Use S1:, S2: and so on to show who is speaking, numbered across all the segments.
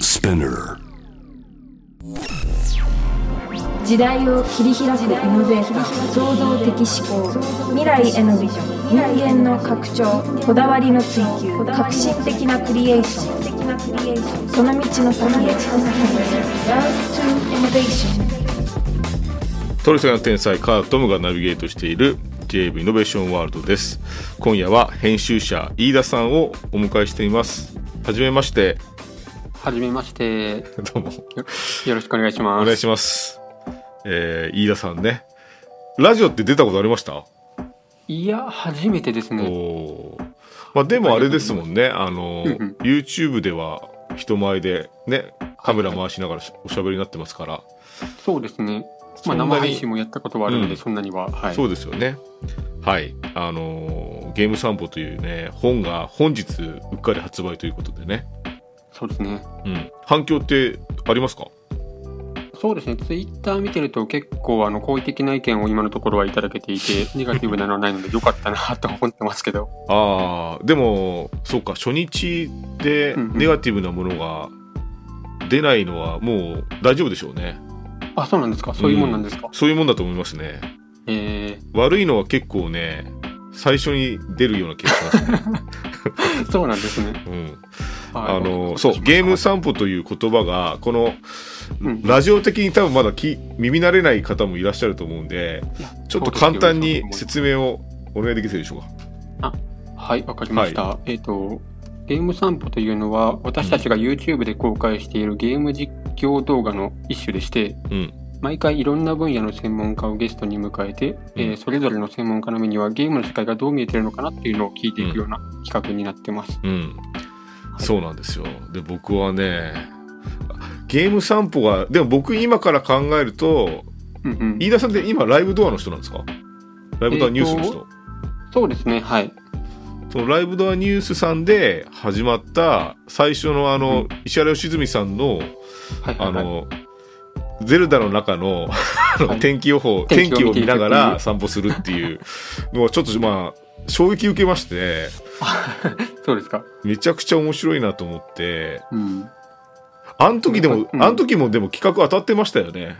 S1: Spinner.
S2: 時代を切り開くイノベーター創造的思考未来へのビジョン人間の拡張こだわりの追求革新的なクリエーションその道の先へ Love to Innovation
S3: トリスが天才カートムがナビゲートしている JAB イノベーションワールドです今夜は編集者飯田さんをお迎えしていますはじめまして
S4: はじめ まして。
S3: どうも
S4: よろしくお願いします。
S3: お願いしますえー、飯田さんねラジオって出たことありました、
S4: いや、初めてです
S3: お
S4: ね。
S3: おーまあでもあれですもんねあの、
S4: うんうん
S3: YouTube では人前でねカメラ回しながらしおしゃべりになってますから、
S4: そうですね。
S3: そ
S4: まあ、
S3: んなに
S4: 生配信もやったことはあるの
S3: うん
S4: で、そんなには。はい。
S3: そうですよねはいあのーゲーム散歩というね本が本日うっかり発売ということでね
S4: そうですね。
S3: うん、反響ってありますか
S4: そうですね。ツイッター見てると結構、あの、好意的な意見を今のところはいただけて いて、ネガティブなのはないので、よかったなと思ってますけど。
S3: ああでもそうか初日で
S4: うんうん
S3: ネガティブなものが出ないのはもう大丈夫でしょうね
S4: あ、そうなんですか。そういうもんなんですか。
S3: そういうもんだと思いますね
S4: え
S3: 悪いのは結構ね最初に出るような気がし ます、ね
S4: ー、そうなんですね。
S3: うん、
S4: はい
S3: あのそうゲーム散歩という言葉がこの
S4: うん
S3: ラジオ的に多分まだき耳慣れない方もいらっしゃると思うんで
S4: いや
S3: ちょっと簡単に
S4: そうですよ
S3: 説明をお願いできるでしょうか
S4: はい、わかりました。えっ、と、ゲーム散歩というのは、私たちが YouTube で公開しているゲーム実況動画の一種でして、
S3: うん
S4: 毎回いろんな分野の専門家をゲストに迎えて、えーそれぞれの専門家の目にはゲームの世界がどう見えてるのかなっていうのを聞いていくような企画になってます。
S3: うん、そうなんですよで僕はねゲーム散歩がでも僕今から考えると
S4: うんうん
S3: 飯田さんって今ライブドアの人なんですかライブドアニュースの人、
S4: そうですね、はい。
S3: そのライブドアニュースさんで始まった最初のあの、
S4: うん
S3: 石原良純さんの
S4: はいは
S3: あ
S4: いはい、
S3: の、ゼルダの中のあの
S4: はい
S3: 天気予報、天
S4: 天
S3: 気
S4: 気
S3: を
S4: を
S3: 見
S4: 見
S3: な
S4: な
S3: が
S4: が
S3: ら
S4: ら
S3: 散歩するっていうのはちょっとまあ衝撃受けまして
S4: そうですか。
S3: めちゃくちゃ面白いなと思って
S4: うん。
S3: あん時でも、
S4: うん
S3: あん時もでも企画当たってましたよね。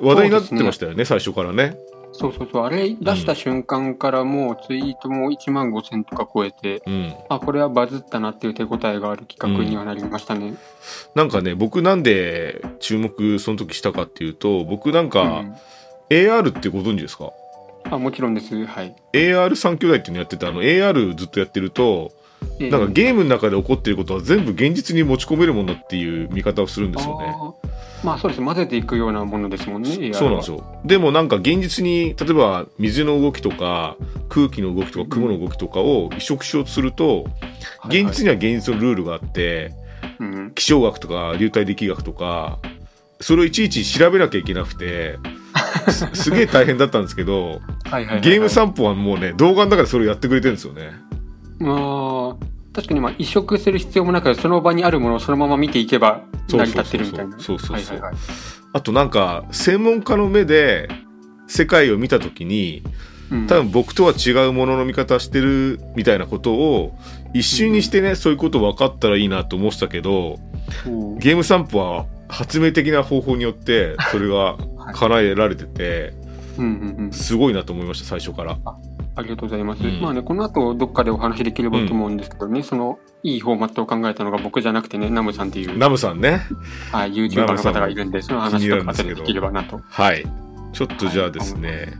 S3: 話題になってましたよね、最初からね。
S4: そうそうそう、あれ出した瞬間からもうツイートも1万5千とか超えて、
S3: うん。
S4: あ、これはバズったなっていう手応えがある企画にはなりましたね。
S3: なんかね、僕なんで注目その時したかっていうと、僕なんか、
S4: うん
S3: AR ってご存知ですか
S4: あもちろんです。はい。
S3: ?AR3 兄弟っていうのやってて、あの AR ずっとやってると、
S4: えー
S3: なんかゲームの中で起こってることは全部現実に持ち込めるものだっていう見方をするんですよね。
S4: あーまあそうです。混ぜていくようなものですもんね。AR は
S3: そうなんですよでもなんか現実に例えば水の動きとか空気の動きとか雲の動きとかを移植しようとすると、
S4: はいはい
S3: 現実には現実のルールがあって、
S4: うん
S3: 気象学とか流体力学とかそれをいちいち調べなきゃいけなくてす すげえ大変だったんですけど
S4: はいはいはいはい
S3: ゲーム散歩はもうね動画の中でそれをやってくれてるんですよね
S4: まあ確かにまあ移植する必要もなくその場にあるものをそのまま見ていけば
S3: そうそうそうそう
S4: 成り立ってるみたいな。
S3: そうそうそう
S4: はいはいはい
S3: あとなんか専門家の目で世界を見た時に
S4: うん
S3: 多分僕とは違うものの見方してるみたいなことを一瞬にしてねそういうこと分かったらいいなと思ってたけど
S4: そう
S3: ゲーム散歩は発明的な方法によってそれが叶えられてて
S4: うんうんうん。
S3: すごいなと思いました最初から。
S4: ありがとうございます。
S3: うん
S4: まあねこの後どっかでお話できればと思うんですけどね、そのいいフォーマットを考えたのが僕じゃなくてねナムさんっていう
S3: ナムさんね
S4: はい YouTuber の方がいるんでその話とか後でできればなと。
S3: はい。ちょっとじゃあですね、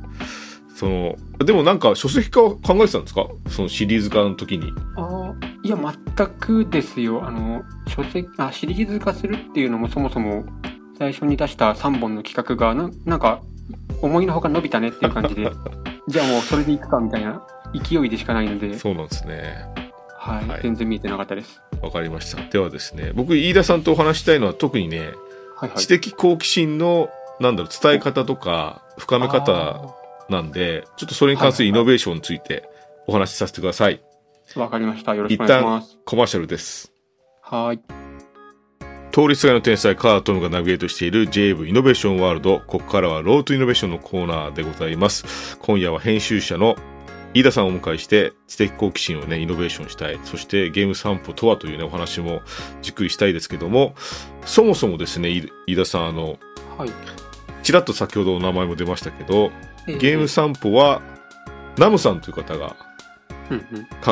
S3: その、でもなんか書籍化を考えてたんですかそのシリーズ化の時に。
S4: あーいや全くですよあの書籍あシリーズ化するっていうのもそもそも最初に出した3本の企画がななんか思いのほか伸びたねっていう感 じでじゃあもうそれでいくかみたいな勢いでしかないので、
S3: そうなんですね。
S4: はい
S3: はい
S4: 全然見えてなかったです。
S3: わかりました。ではですね、僕、飯田さんとお話ししたいのは特にね、
S4: はいはい、
S3: 知的好奇心の、なんだろう、伝え方とか、深め方
S4: あ
S3: なんで、ちょっとそれに関するイノベーションについてお話しさせてください。
S4: ーわかりましたよろしくお願いします。
S3: コマーシャルです。
S4: はい
S3: 通りすがりの天才カートムがナビゲートしている JAV イノベーションワールドここからはロートイノベーションのコーナーでございます今夜は編集者の飯田さんをお迎えして知的好奇心をねイノベーションしたいそしてゲーム散歩とはというねお話もじっくりしたいですけどもそもそもですねい飯田さんあの
S4: はい。
S3: ちらっと先ほどお名前も出ましたけど
S4: え
S3: ゲーム散歩はナムさんという方が
S4: うんう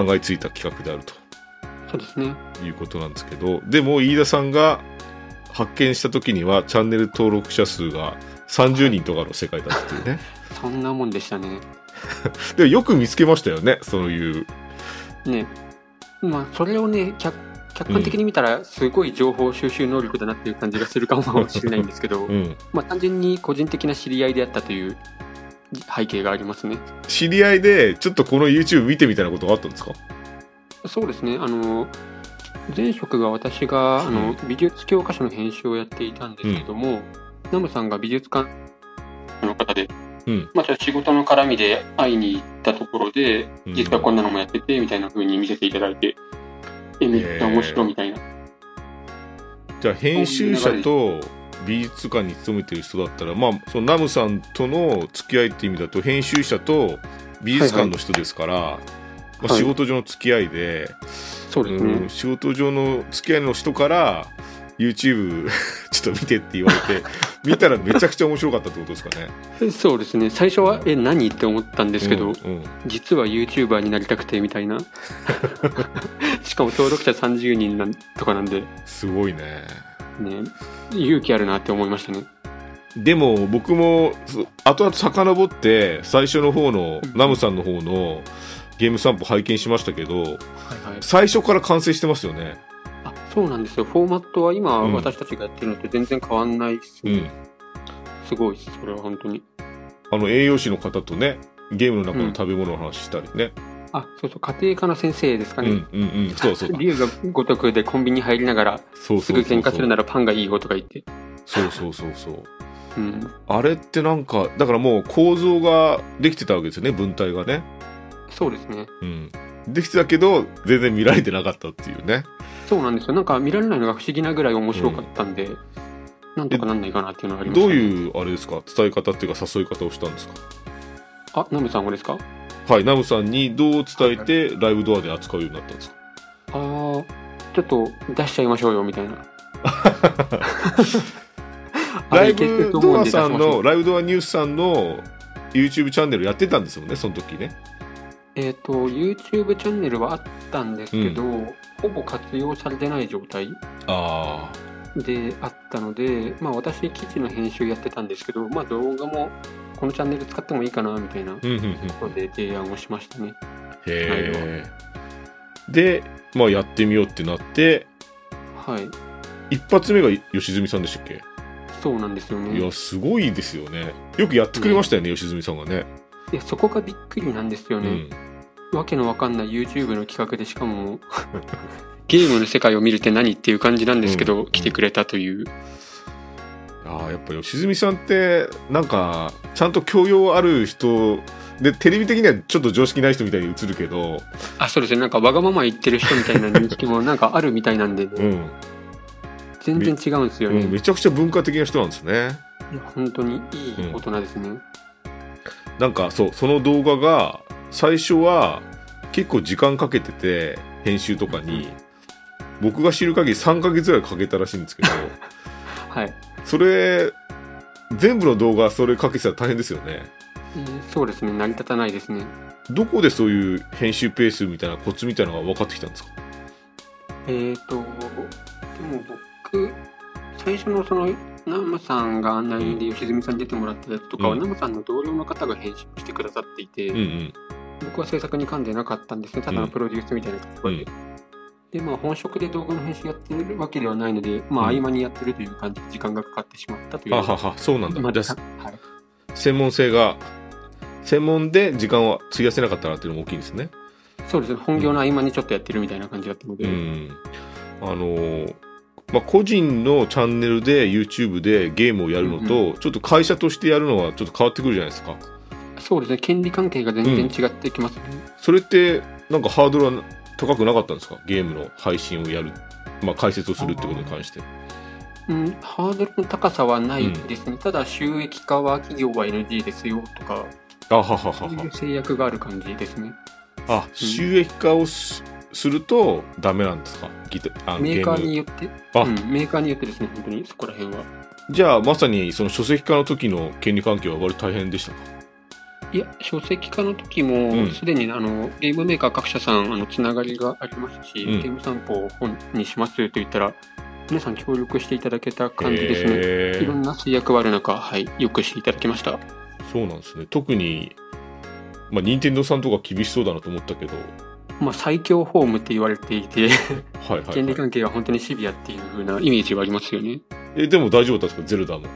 S4: ん。
S3: 考えついた企画であると
S4: そうですね。
S3: いうことなんですけどでも飯田さんが発見した時にはチャンネル登録者数が30人とかの世界だっていう ね
S4: そんなもんでしたね。
S3: でもよく見つけましたよねそういう
S4: ね。まあ、それをね、客客観的に見たら、すごい情報収集能力だなっていう感じがするかもしれないんですけど、
S3: うん
S4: まあ、単純に個人的な知り合いであったという背景がありますね。
S3: 知り合いでちょっとこの YouTube 見てみたいなことがあったんですか
S4: そうですね。あの、前職が私があの美術教科書の編集をやっていたんですけども、ナムさんが美術館の方で、
S3: うん
S4: まあ、ちょっと仕事の絡みで会いに行ったところで、
S3: うん
S4: 実はこんなのもやってて、みたいな風に見せていただいて、え、めっちゃ面白いみたいな。
S3: じゃあ編集者と美術館に勤めてる人だったらまあそのナムさんとの付き合いって意味だと編集者と美術館の人ですから、まあ、
S4: はい
S3: 仕事上の付き合いで、
S4: そうですね。
S3: うん、仕事上の付き合いの人から YouTube ちょっと見てって言わ れて見たらめちゃくちゃ面白かったってことですかね。
S4: そうですね。最初は、え、何って思ったんですけど、
S3: うんうん
S4: 実は YouTuber になりたくて、みた いな。しかも登録者30人なんとかなんで、
S3: すごいね。
S4: ね、勇気あるなって思いましたね。
S3: でも僕もそ後々遡って最初の方の
S4: うん
S3: ナムさんの方のゲーム散歩拝見しましたけど
S4: はいはい。
S3: 最初から完成してますよね。
S4: あそうなんですよ。フォーマットは今、
S3: うん
S4: 私たちがやってるのと全然変わんないっす
S3: う
S4: ね。
S3: ん、
S4: すごいっす、それは本当に。
S3: あの栄養士の方とねゲームの中の食べ物の話したりね。
S4: あ、そうそう、家庭科の先生ですか
S3: うん
S4: ね。
S3: うんうんそうそうだ
S4: 竜が如くでコンビニ入りながら、
S3: そう
S4: す
S3: そ
S4: ぐ
S3: うそ
S4: 喧
S3: う
S4: 嘩するな
S3: そ
S4: らパンがいいよとか言って。
S3: うそうそうそう。
S4: うん。
S3: あれってなんかだからもう構造ができてたわけですよね文体がね、
S4: そうですね。
S3: うん、できてたけど全然見られてなかったっていうね
S4: そうなんですよ。なんか見られないのが不思議なぐらい面白かったんで、なんとかなんないかなっていうのはありまし
S3: ど
S4: た
S3: う
S4: ね、う
S3: いうあれですか伝え方っていうか誘い方をしたんですか
S4: あ、ナムさんはですか
S3: はいナムさんにどう伝えてライブドアで扱うようになったんですか
S4: あーちょっと出しちゃいましょうよみた いな。あ
S3: ライ
S4: れいける
S3: ブ
S4: と思
S3: ド
S4: うん
S3: ア
S4: で出しま
S3: さ
S4: し
S3: ん
S4: ょ
S3: の
S4: う
S3: ライブドアニュースさんの YouTube チャンネルやってたんですよねその時ね
S4: えっ、と、YouTube チャンネルはあったんですけど、ほぼ活用されてない状態
S3: あ
S4: であったので、まあ私、記事の編集やってたんですけど、まあ動画もこのチャンネル使ってもいいかなみたいな
S3: あうんうんうんへ
S4: ことで提案をしましたね。
S3: えでまあやってみようってなって
S4: はい。
S3: 一発目が吉住さんでしたっけ
S4: そうなんですよね。
S3: いや、すごいですよね。よくやってくれましたよね、良純さんがね。
S4: いやそこがびっくりなんですよ
S3: う
S4: ね。
S3: ん。
S4: わけのわかんない YouTube の企画でし かもゲームの世界を見るって何っていう感じなんですけど、
S3: うん
S4: 来てくれたという
S3: ああ、やっぱ良純さんって、なんか、ちゃんと教養ある人、で、テレビ的にはちょっと常識ない人みたいに映るけど、
S4: あそうですねなんかわがまま言ってる人みたいな認識もなんかあるみたいなんで、
S3: うん。
S4: 全然違うんですよ
S3: う
S4: ね、
S3: んめちゃくちゃ文化的な人なんですね。
S4: いや本当にいい大人ですね、
S3: なんか、そう、その動画が、最初は、結構時間かけてて、編集とかに、僕が知る限り3ヶ月ぐらいかけたらしいん ですけど、
S4: はい、
S3: それ、全部の動画それかけてたら大変ですよね。
S4: えーそうですね成り立たないですね
S3: どこでそういう編集ペースみたいなコツみたいなのが分かってきたんですか
S4: えっ、とでも僕最初のそのナムさんが案内で吉住さんに出てもらったやつとかは、
S3: うん
S4: ナムさんの同僚の方が編集してくださっていて、
S3: うんうん
S4: 僕は制作に関係なかったんですねただ
S3: う
S4: の
S3: ん
S4: プロデュースみたいなところで、
S3: う
S4: でまあ本職で動画の編集やってるわけではないのでまあ
S3: うん
S4: 合間にやってるという感じで時間がかかってしまったという
S3: あははそうなんだ、
S4: まあ
S3: じゃ
S4: た
S3: あ
S4: はい、
S3: 専門性が専門で時間を費やせなかったなっていうのも大きいんですね
S4: そうですね本業の合間にちょっとやってるみたいな感じだったので、
S3: うんあのーまあ、個人のチャンネルで YouTube でゲームをやるのと、
S4: う
S3: ちょっと会社としてやるのはちょっと変わってくるじゃないですか
S4: そうですね権利関係が全然違ってきますね、
S3: それってなんかハードルは高くなかったんですかゲームの配信をやる、まあ、解説をするってことに関して
S4: うんハードルの高さはないですね、ただ収益化は企業は NG ですよとか
S3: あははは
S4: そうい
S3: は
S4: う制約がある感じですね。
S3: あ収益化をすするとダメなんですかギタあの
S4: メーカー
S3: ゲ
S4: に
S3: ム
S4: よって、
S3: あ
S4: うん、メーカーによってですね、本当にそこら辺は。
S3: じゃあまさにその書籍化の時の権利関係は割と大変でしたか
S4: いや、書籍化の時
S3: うん
S4: も、すでにあのゲームメーカー各社さん、あのつながりがありますし、
S3: うん
S4: ゲーム散歩を本にしますと言ったら、皆さん協力していただけた感じですね。
S3: へー
S4: いろんな制約はある中、はい、よくしていただきました。
S3: そうなんですね特にまあ任天堂さんとか厳しそうだなと思ったけど
S4: まあ、最強ホームって言われていて、
S3: はいはい、
S4: 権利
S3: はい、
S4: 関係は本当にシビアっていう風なイメージはありますよね。
S3: えでも大丈夫だったんですかゼルダも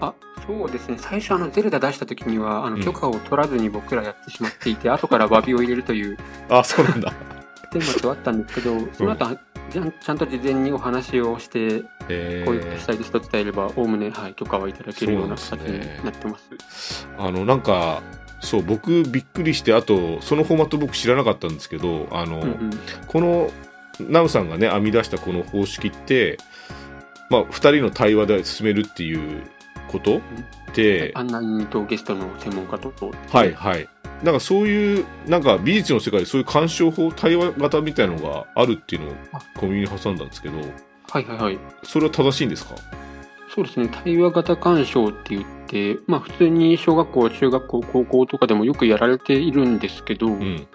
S4: あそうですね最初あのゼルダ出した時にはあ
S3: う
S4: の
S3: ん
S4: 許可を取らずに僕らやってしまっていて、後から詫びを入れるという
S3: あそうなん だ
S4: 顛末はあったんですけどその後はじゃんちゃんと事前にお話をして
S3: え
S4: こういうことしたいですと伝えればおおむね、はい、許可はいただけるような形になってます。
S3: あのなんかそう僕びっくりしてあとそのフォーマット僕知らなかったんですけどあの、
S4: うんうん
S3: このナウさんがね編み出したこの方式って、まあ、2人の対話で進めるっていうことって、
S4: 案内人とゲストの専門家とと
S3: はいはいなんかそういうなんか美術の世界でそういう鑑賞法対話型みたいのがあるっていうのを
S4: あ
S3: 小耳に挟んだんですけど
S4: はいはいはい
S3: それは正しいんですか
S4: そうですね対話型鑑賞って言ってまあ普通に小学校中学校高校とかでもよくやられているんですけど、
S3: うん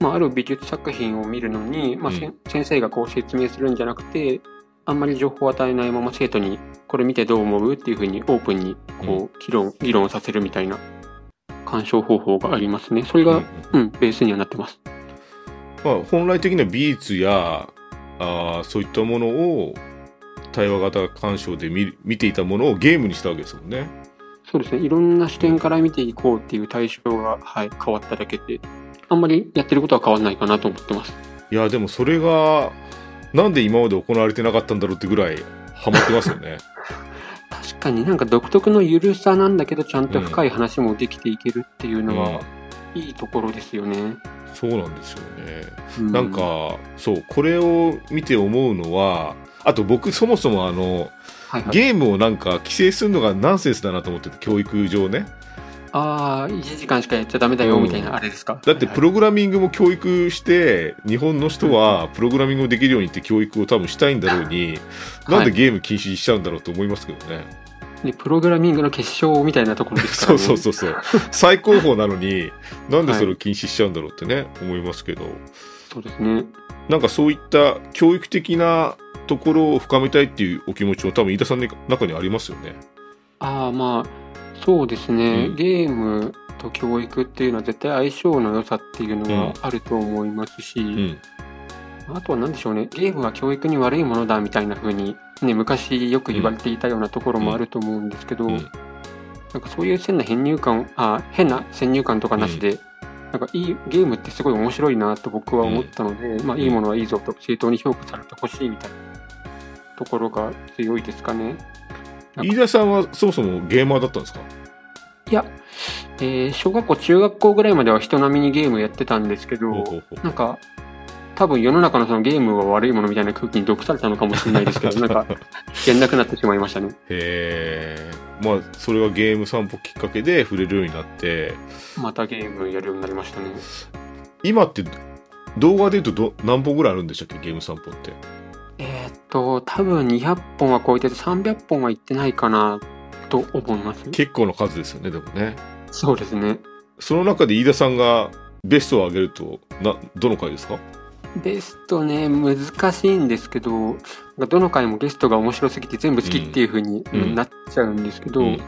S4: まあ、ある美術作品を見るのに、まあ
S3: うん
S4: せん先生がこう説明するんじゃなくてあんまり情報を与えないまま生徒にこれ見てどう思うっていうふうにオープンにこう議論,、議論をさせるみたいな鑑賞方法がありますねそれ
S3: うんう
S4: が、
S3: ん
S4: うん、ベースにはなってます
S3: まあ、本来的な美術やあーそういったものを対話型鑑賞で見る見ていたものをゲームにしたわけですもんね。
S4: そうですねいろんな視点から見ていこうっていう対象が、はい、変わっただけであんまりやってることは変わらないかなと思ってます
S3: いやでもそれがなんで今まで行われてなかったんだろうってぐらいハマってますよね。
S4: 確かになんか独特のゆるさなんだけどちゃんと深い話もできていける っていうのは、いいところですよね、
S3: うんそうなんですよね。
S4: う
S3: なんかそうこれを見て思うのはあと僕そもそもあの
S4: はいはい
S3: ゲームをなんか規制するのがナンセンスだなと思ってて教育上ね。
S4: ああ、1時間しかやっちゃダメだよ、
S3: うん
S4: みたいな、あれですか。
S3: だってプログラミングも教育して日本の人はプログラミングをできるようにって教育を多分したいんだろうに
S4: はい
S3: なんでゲーム禁止にしちゃうんだろうと思いますけどね、
S4: でプログラミングの結晶みたいなところですか
S3: そう
S4: ら、ね。
S3: そうそうそう最高峰なのになんでそれを禁止しちゃうんだろうってね思いますけど
S4: そうですね。
S3: なんかそういった教育的なところを深めたいっていうお気持ちも多分飯田さんの中にありますよね。
S4: ああ、まあ、そうですね、
S3: うん
S4: ゲームと教育っていうのは絶対相性の良さっていうのはあると思いますし、
S3: うん、
S4: あとは何でしょうね、ゲームは教育に悪いものだみたいな風に、ね、昔よく言われていたようなところもあると思うんですけど、
S3: うん
S4: なんかそういう変な編入感、あ変な先入観とかなしで、なんかいいゲームってすごい面白いなと僕は思ったので、まあ、いいものはいいぞと正当に評価されてほしいみたいなところが強いですかね。
S3: 飯田さんはそもそもゲーマーだったんですか
S4: いや、えー小学校、中学校ぐらいまでは人並みにゲームやってたんですけど、
S3: ほうほうほう
S4: なんか、多分世の中のそのゲームは悪いものみたいな空気に毒されたのかもしれないですけど、なんか、やんなくなってしまいましたね。
S3: へえまあそれがゲーム散歩きっかけで触れるようになって
S4: またゲームやるようになりましたね。
S3: 今って動画で言うとど何本ぐらいあるんでしたっけゲーム散歩って
S4: えーっと、多分200本は超えてて300本はいってないかなと思います。
S3: 結構の数ですよねでもね
S4: そうですね。
S3: その中で飯田さんがベストを上げるとなどの回ですか
S4: ベストね、難しいんですけど、なんかどの回もゲストが面白すぎて全部好きっていう風に
S3: うん
S4: うんなっちゃうんですけど、
S3: うん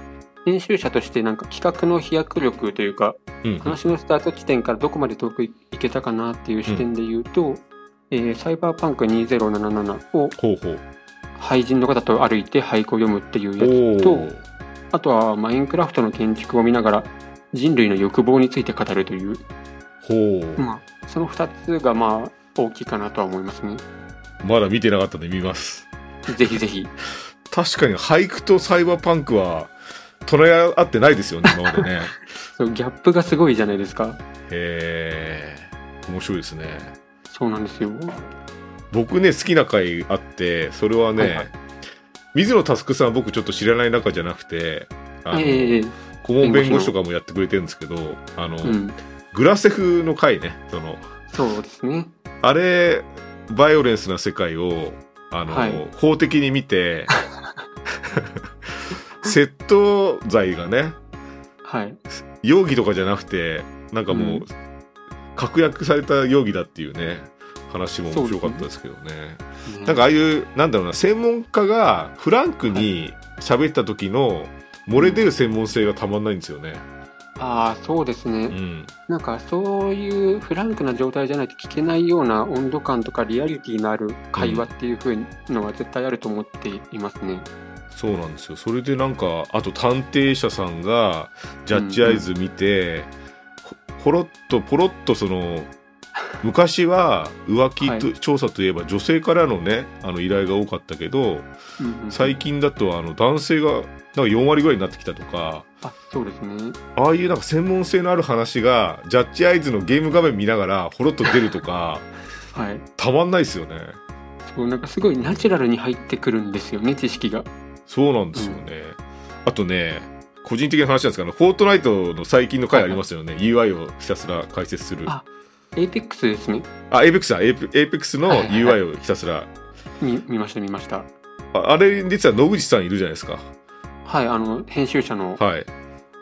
S4: 編集者としてなんか企画の飛躍力というか、
S3: うん
S4: 話のスタート地点からどこまで遠くいけたかなっていう視点で言うと、えーサイバーパンク2077を
S3: ほうほう
S4: 廃人の方と歩いて俳句を読むっていう
S3: お
S4: やつ
S3: お
S4: と、あとはマインクラフトの建築を見ながら人類の欲望について語るという、
S3: ほう、
S4: まあ、その2つがまあ大きいかなとは思いますね。
S3: まだ見てなかったんで見ます
S4: ぜひぜひ。
S3: 確かに俳句とサイバーパンクは捉え合ってないです よね今までね
S4: そうギャップがすごいじゃないですか。
S3: へえ面白いですね
S4: そうなんですよ。
S3: 僕ね好きな回あってそれはね、
S4: はいはい
S3: 水野佑さんは僕ちょっと知らない中じゃなくてあの
S4: ええ
S3: 顧問弁護士とかもやってくれてるんですけどあの、
S4: うん、
S3: グラセフの回ねその
S4: そうですね。
S3: あれバイオレンスな世界をあの、
S4: はい
S3: 法的に見て窃盗罪がね
S4: はい。
S3: 容疑とかじゃなくてなんかもう、
S4: うん
S3: 確約された容疑だっていうね話も面白かったですけどね。
S4: ね
S3: なんかああいうなんだろうな専門家がフランクに喋った時の漏れ出る専門性がたまんないんですよね。
S4: ああ、そうですね。
S3: うん、
S4: なんかそういうフランクな状態じゃないと聞けないような温度感とかリアリティのある会話っていう風のは絶対あると思っていますね。
S3: そうなんですよそれでなんかあと探偵者さんがジャッジアイズ見て、ほほろっとポロっとその昔は浮気と、
S4: は
S3: 調査といえば女性からのねあの依頼が多かったけど
S4: うんうん
S3: 最近だとあの男性がなんか4割ぐらいになってきたとか
S4: あそうですね。
S3: ああいうなんか専門性のある話がジャッジアイズのゲーム画面見ながらほろっと出るとか
S4: はい。
S3: たまんないですよね
S4: そうなんかすごいナチュラルに入ってくるんですよね知識が。
S3: そうなんですよね、あとね個人的な話なんですけどフォートナイトの最近の回ありますよね、UI をひたすら解説する
S4: あ
S3: あ
S4: エイペックスですね。
S3: エイペックスだエイペエイペックスの
S4: はいはいはい
S3: UI をひたすら
S4: 見見ました見ました。
S3: ああれ実は野口さんいるじゃないですか
S4: はいあの編集者の
S3: はい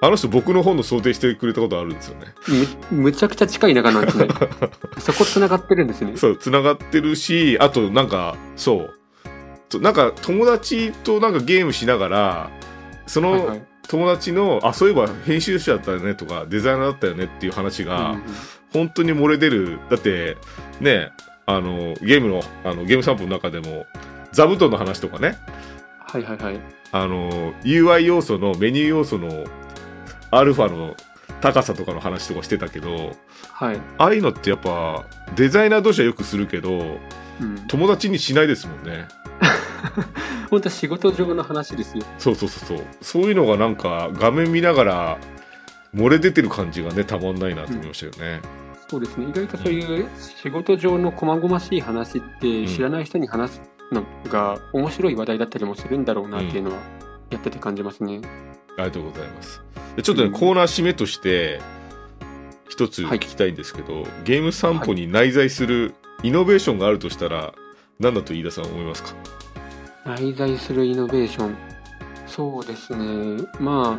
S3: あの人僕の本の想定してくれたことあるんですよね
S4: むむちゃくちゃ近い仲なんですね。そこ繋がってるんですね。
S3: そう、つながってるし、あとなんか、そうと、なんか友達となんかゲームしながら、そ
S4: はいは
S3: の
S4: い
S3: 友達の、あ、そういえば編集者だったよねとか、デザイナーだったよねっていう話
S4: うん
S3: が
S4: うん、
S3: 本当に漏れ出る。だって、ね、あの、ゲームの、あの、ゲーム散歩の中でも、座布団の話とかね、
S4: はいはいはい。
S3: あの、UI 要素の、メニュー要素の、アルファの高さとかの話とかしてたけど、
S4: はい。
S3: ああいうのってやっぱ、デザイナー同士はよくするけど、
S4: うん、
S3: 友達にしないですもんね
S4: 本当仕事上の話ですよ。
S3: そうそうそうそうそういうのがなんか画面見ながら漏れ出てる感じがねたまんないなと思いましたよね、
S4: そうですね。意外とそういう仕事上の細々しい話って知らない人に話すのが面白い話題だったりもするんだろうなっていうのはやってて感じますね。
S3: ありがとうございますでちょっとね、
S4: うん
S3: コーナー締めとして一つ聞きたいんですけど、ゲーム散歩に内在するイノベーションがあるとしたら何だと飯田さん思いますか
S4: 内在するイノベーション。そうですね。まあ、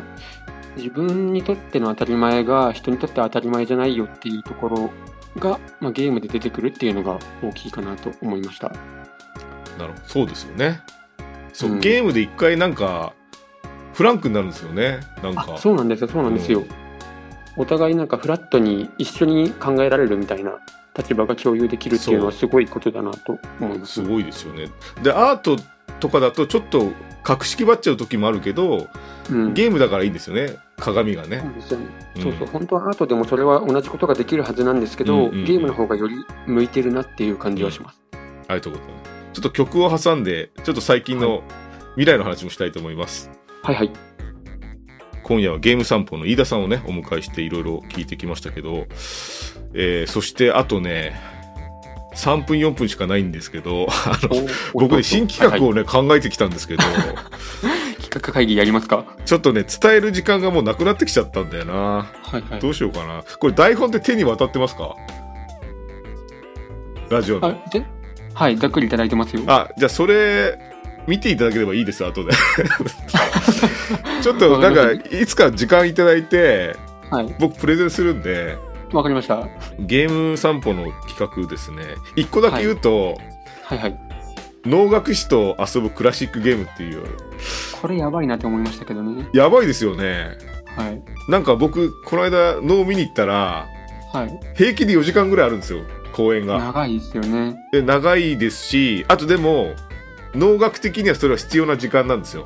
S4: 自分にとっての当たり前が人にとって当たり前じゃないよっていうところが、まあ、ゲームで出てくるっていうのが大きいかなと思いました。
S3: なるほどそうですよねそう、
S4: うん
S3: ゲームで一回なんかフランクになるんですよねなんか
S4: あそうなんですよそうなんですよ、
S3: うん
S4: お互いなんかフラットに一緒に考えられるみたいな立場が共有できるっていうのはすごいことだなと思いますす
S3: ごいですよね。でアートとかだとちょっと格式ばっちゃう時もあるけど、
S4: うん
S3: ゲームだからいいんですよね鏡が
S4: そう
S3: ね。
S4: ですよね
S3: うん
S4: そうそう本当はアートでもそれは同じことができるはずなんですけど、
S3: うんうんうん
S4: ゲームの方がより向いてるなっていう感じはします、
S3: ありがとうございます。ちょっと曲を挟んでちょっと最近の未来の話もしたいと思います。
S4: はいはい
S3: 今夜はゲーム散歩の飯田さんをねお迎えしていろいろ聞いてきましたけど、えーそしてあとね3分4分しかないんですけどあの
S4: お
S3: 僕
S4: お
S3: ね新企画
S4: は
S3: をね考えてきたんですけど
S4: いはい企画会議やりますか
S3: ちょっとね伝える時間がもうなくなってきちゃったんだよな。
S4: はいはい
S3: どうしようかな。これ台本って手に渡ってますかラジオの。
S4: あではいざっくりいただいてますよ
S3: あ、じゃあそれ、見ていただければいいです、後で。ちょっとなんか、いつか時間いただいて、
S4: はい
S3: 僕プレゼンするんで、
S4: わかりましたは
S3: ゲーム散歩の企画ですね。一個だけ言うと、
S4: いはい
S3: 能楽師と遊ぶクラシックゲームっていう、
S4: これやばいなって思いましたけどね
S3: やばいですよね。
S4: はい
S3: なんか僕、この間、能見に行ったら、
S4: はい
S3: 平気で4時間ぐらいあるんですよ、公演が。
S4: 長いですよね
S3: で長いですしあとでも能楽的にはそれは必要な時間なんですよ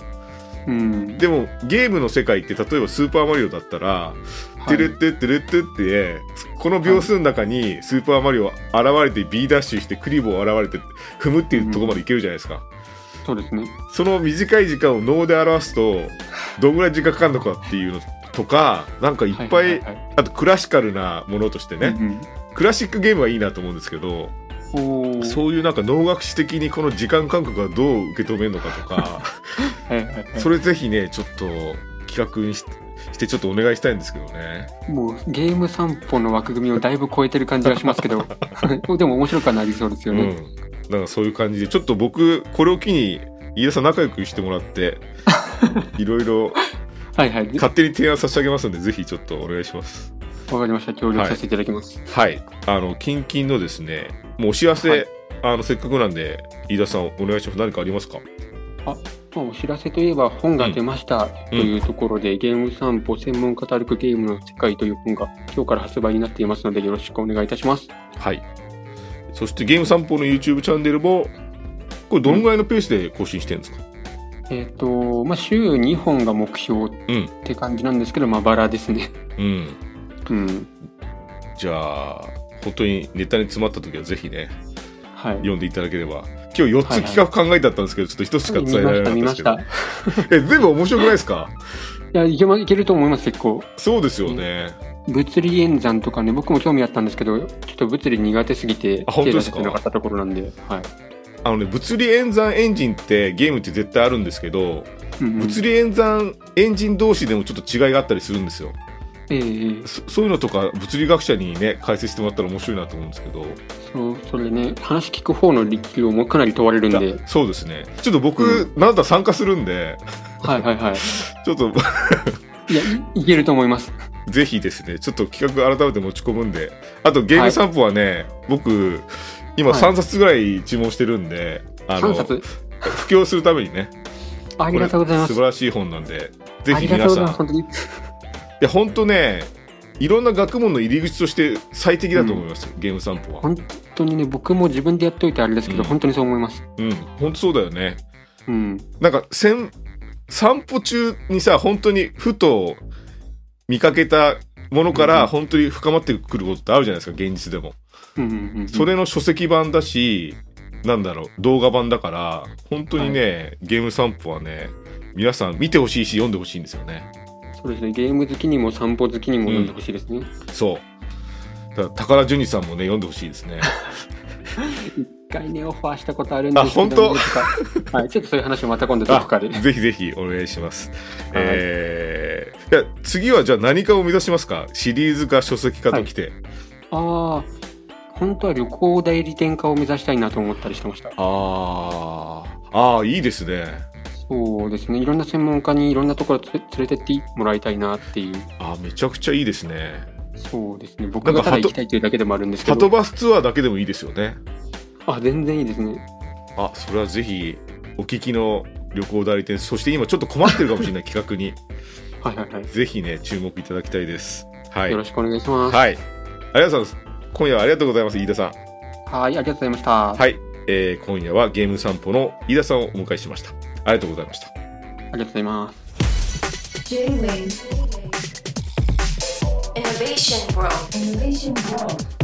S4: うん
S3: でもゲームの世界って例えば「スーパーマリオ」だったら「
S4: は
S3: て
S4: い
S3: るってってるって」ってこの秒数の中に「スーパーマリオ」現れて B ダッシュしてクリボー現れて踏むっていうところまでいけるじゃないですか、
S4: そうですね。
S3: その短い時間を能で表すとどんぐらい時間かかるのかっていうのとかなんかいっぱい,、
S4: ははは
S3: あとクラシカルなものとして
S4: い
S3: ね、。クラシックゲームはいいなと思うんですけど
S4: うんうんおー
S3: そういうなんか能楽師的にこの時間感覚はどう受け止めるのかとか
S4: はいはいはい
S3: それぜひねちょっと企画にししてちょっとお願いしたいんですけどね。
S4: もうゲーム散歩の枠組みをだいぶ超えてる感じがしますけ どでも面白くはなりそうです
S3: う
S4: よね、
S3: ん。なんかそういう感じで、ちょっと僕、これを機に、飯田さん仲良くしてもら って、いろいろ
S4: はいはい
S3: 勝手に提案差し上げますので、ぜひちょっとお願いします。
S4: わかりました協力させていただきます、
S3: はい。あの、近々のですね、もうお知らせ、
S4: はい
S3: あの、せっかくなんで、飯田さんお願いします。何かありますか
S4: まあお知らせといえば本が出ましたというところで、ゲーム散歩専門家と歩くゲームの世界という本が今日から発売になっていますのでよろしくお願いいたします
S3: はい。そして、ゲーム散歩の YouTube チャンネルも、これどのぐらいのペースで更新してるんですか、
S4: えっ、とまあ週2本が目標
S3: うん
S4: って感じなんですけど、まばらですね
S3: うん。
S4: うん
S3: じゃあ、本当にネタに詰まった時はぜひね、
S4: はい
S3: 読んでいただければ。今日4つ企画考えてあったんですけど、ちょっと一つしか
S4: 見ま
S3: 伝えられな
S4: した
S3: かったん
S4: 見
S3: で
S4: ます
S3: け
S4: し
S3: ど
S4: た。
S3: え、全部面白くないですか
S4: いやいけ,、ま、いけると思います結構
S3: そうですよね。
S4: 物理演算とかね僕も興味あったんですけどちょっと物理苦手すぎて
S3: あ本当
S4: 手
S3: で
S4: 出
S3: す
S4: せ
S3: か
S4: てなかったところなんで、はい
S3: あのね、物理演算エンジンってゲームって絶対あるんですけど、
S4: うんうん
S3: 物理演算エンジン同士でもちょっと違いがあったりするんですよ。
S4: ええええ
S3: そそういうのとか物理学者にね、解説してもらったら面白いなと思うんですけど。
S4: そうそれね話聞く方の力量もかなり問われるんで
S3: だそうですね。ちょっと僕、なんだ参加するんで、
S4: はいはいはい
S3: ちょっと
S4: いやいいけると思います
S3: ぜひですね、ちょっと企画改めて持ち込むんで、あとゲーム散歩はね、僕、今
S4: はい
S3: 3冊ぐらい注文してるんで、あ
S4: 3冊
S3: 布教するためにね、
S4: ありがとうございま
S3: これ素
S4: す
S3: 晴らしい本なんで、ぜ
S4: あ
S3: ひ
S4: りがとう
S3: 皆
S4: ご
S3: さ
S4: ざい
S3: ん、
S4: ます本当に
S3: いや本当ねいろんな学問の入り口として最適だと思いますよ、ゲーム散歩は
S4: 本当にね僕も自分でやっといてあれですけど、
S3: うん
S4: 本当にそう思います
S3: うん本当そうだよね
S4: うん
S3: なんかせん散歩中にさ本当にふと見かけたものか
S4: うんう
S3: ら
S4: ん
S3: 本当に深まってくることってあるじゃないですか現実でも
S4: うんうんうん
S3: それの書籍版だしなんだろう動画版だから本当にね、ゲーム散歩はね皆さん見てほしいし読んでほしいんですよね
S4: そうですねゲーム好きにも散歩好きにも読んでほしいですね、
S3: そうだから宝ジュニさんもね読んでほしいです ね
S4: 一回ねオファーしたことあるんですけど
S3: あ本当
S4: な んとかはいちょっとそういう話をまた今度どこかで
S3: あぜひぜひお願いします。えーいや次はじゃあ何かを目指しますかシリーズ化書籍化ときて、
S4: ああ、本当は旅行代理店化を目指したいなと思ったりしてました。
S3: あーあーいいですね
S4: そうですね。いろんな専門家にいろんなところつ連れてってもらいたいなっていう。
S3: あーめちゃくちゃいいですね
S4: そうですね。
S3: な
S4: 僕
S3: んか
S4: がただ
S3: ハト
S4: 行きたいというだけでもあるんですけ
S3: ハト
S4: ど。
S3: バスツアーだけでもいいですよね
S4: あ、全然いいですね。
S3: あそれはぜひお聞きの旅行代理店そして今ちょっと困ってるかもしれない 企画に
S4: はいはいはい。
S3: ぜひね注目いただきたいですはい
S4: よろしくお願いします。は
S3: は
S4: い、
S3: いありがとうございます今夜はありがとうございます飯田さん
S4: ありがとうございました。
S3: はい、えー今夜はゲーム散歩の飯田さんをお迎えしましたありがとうございました
S4: ありがとうございます。
S2: J-Wave Innovation World Innovation World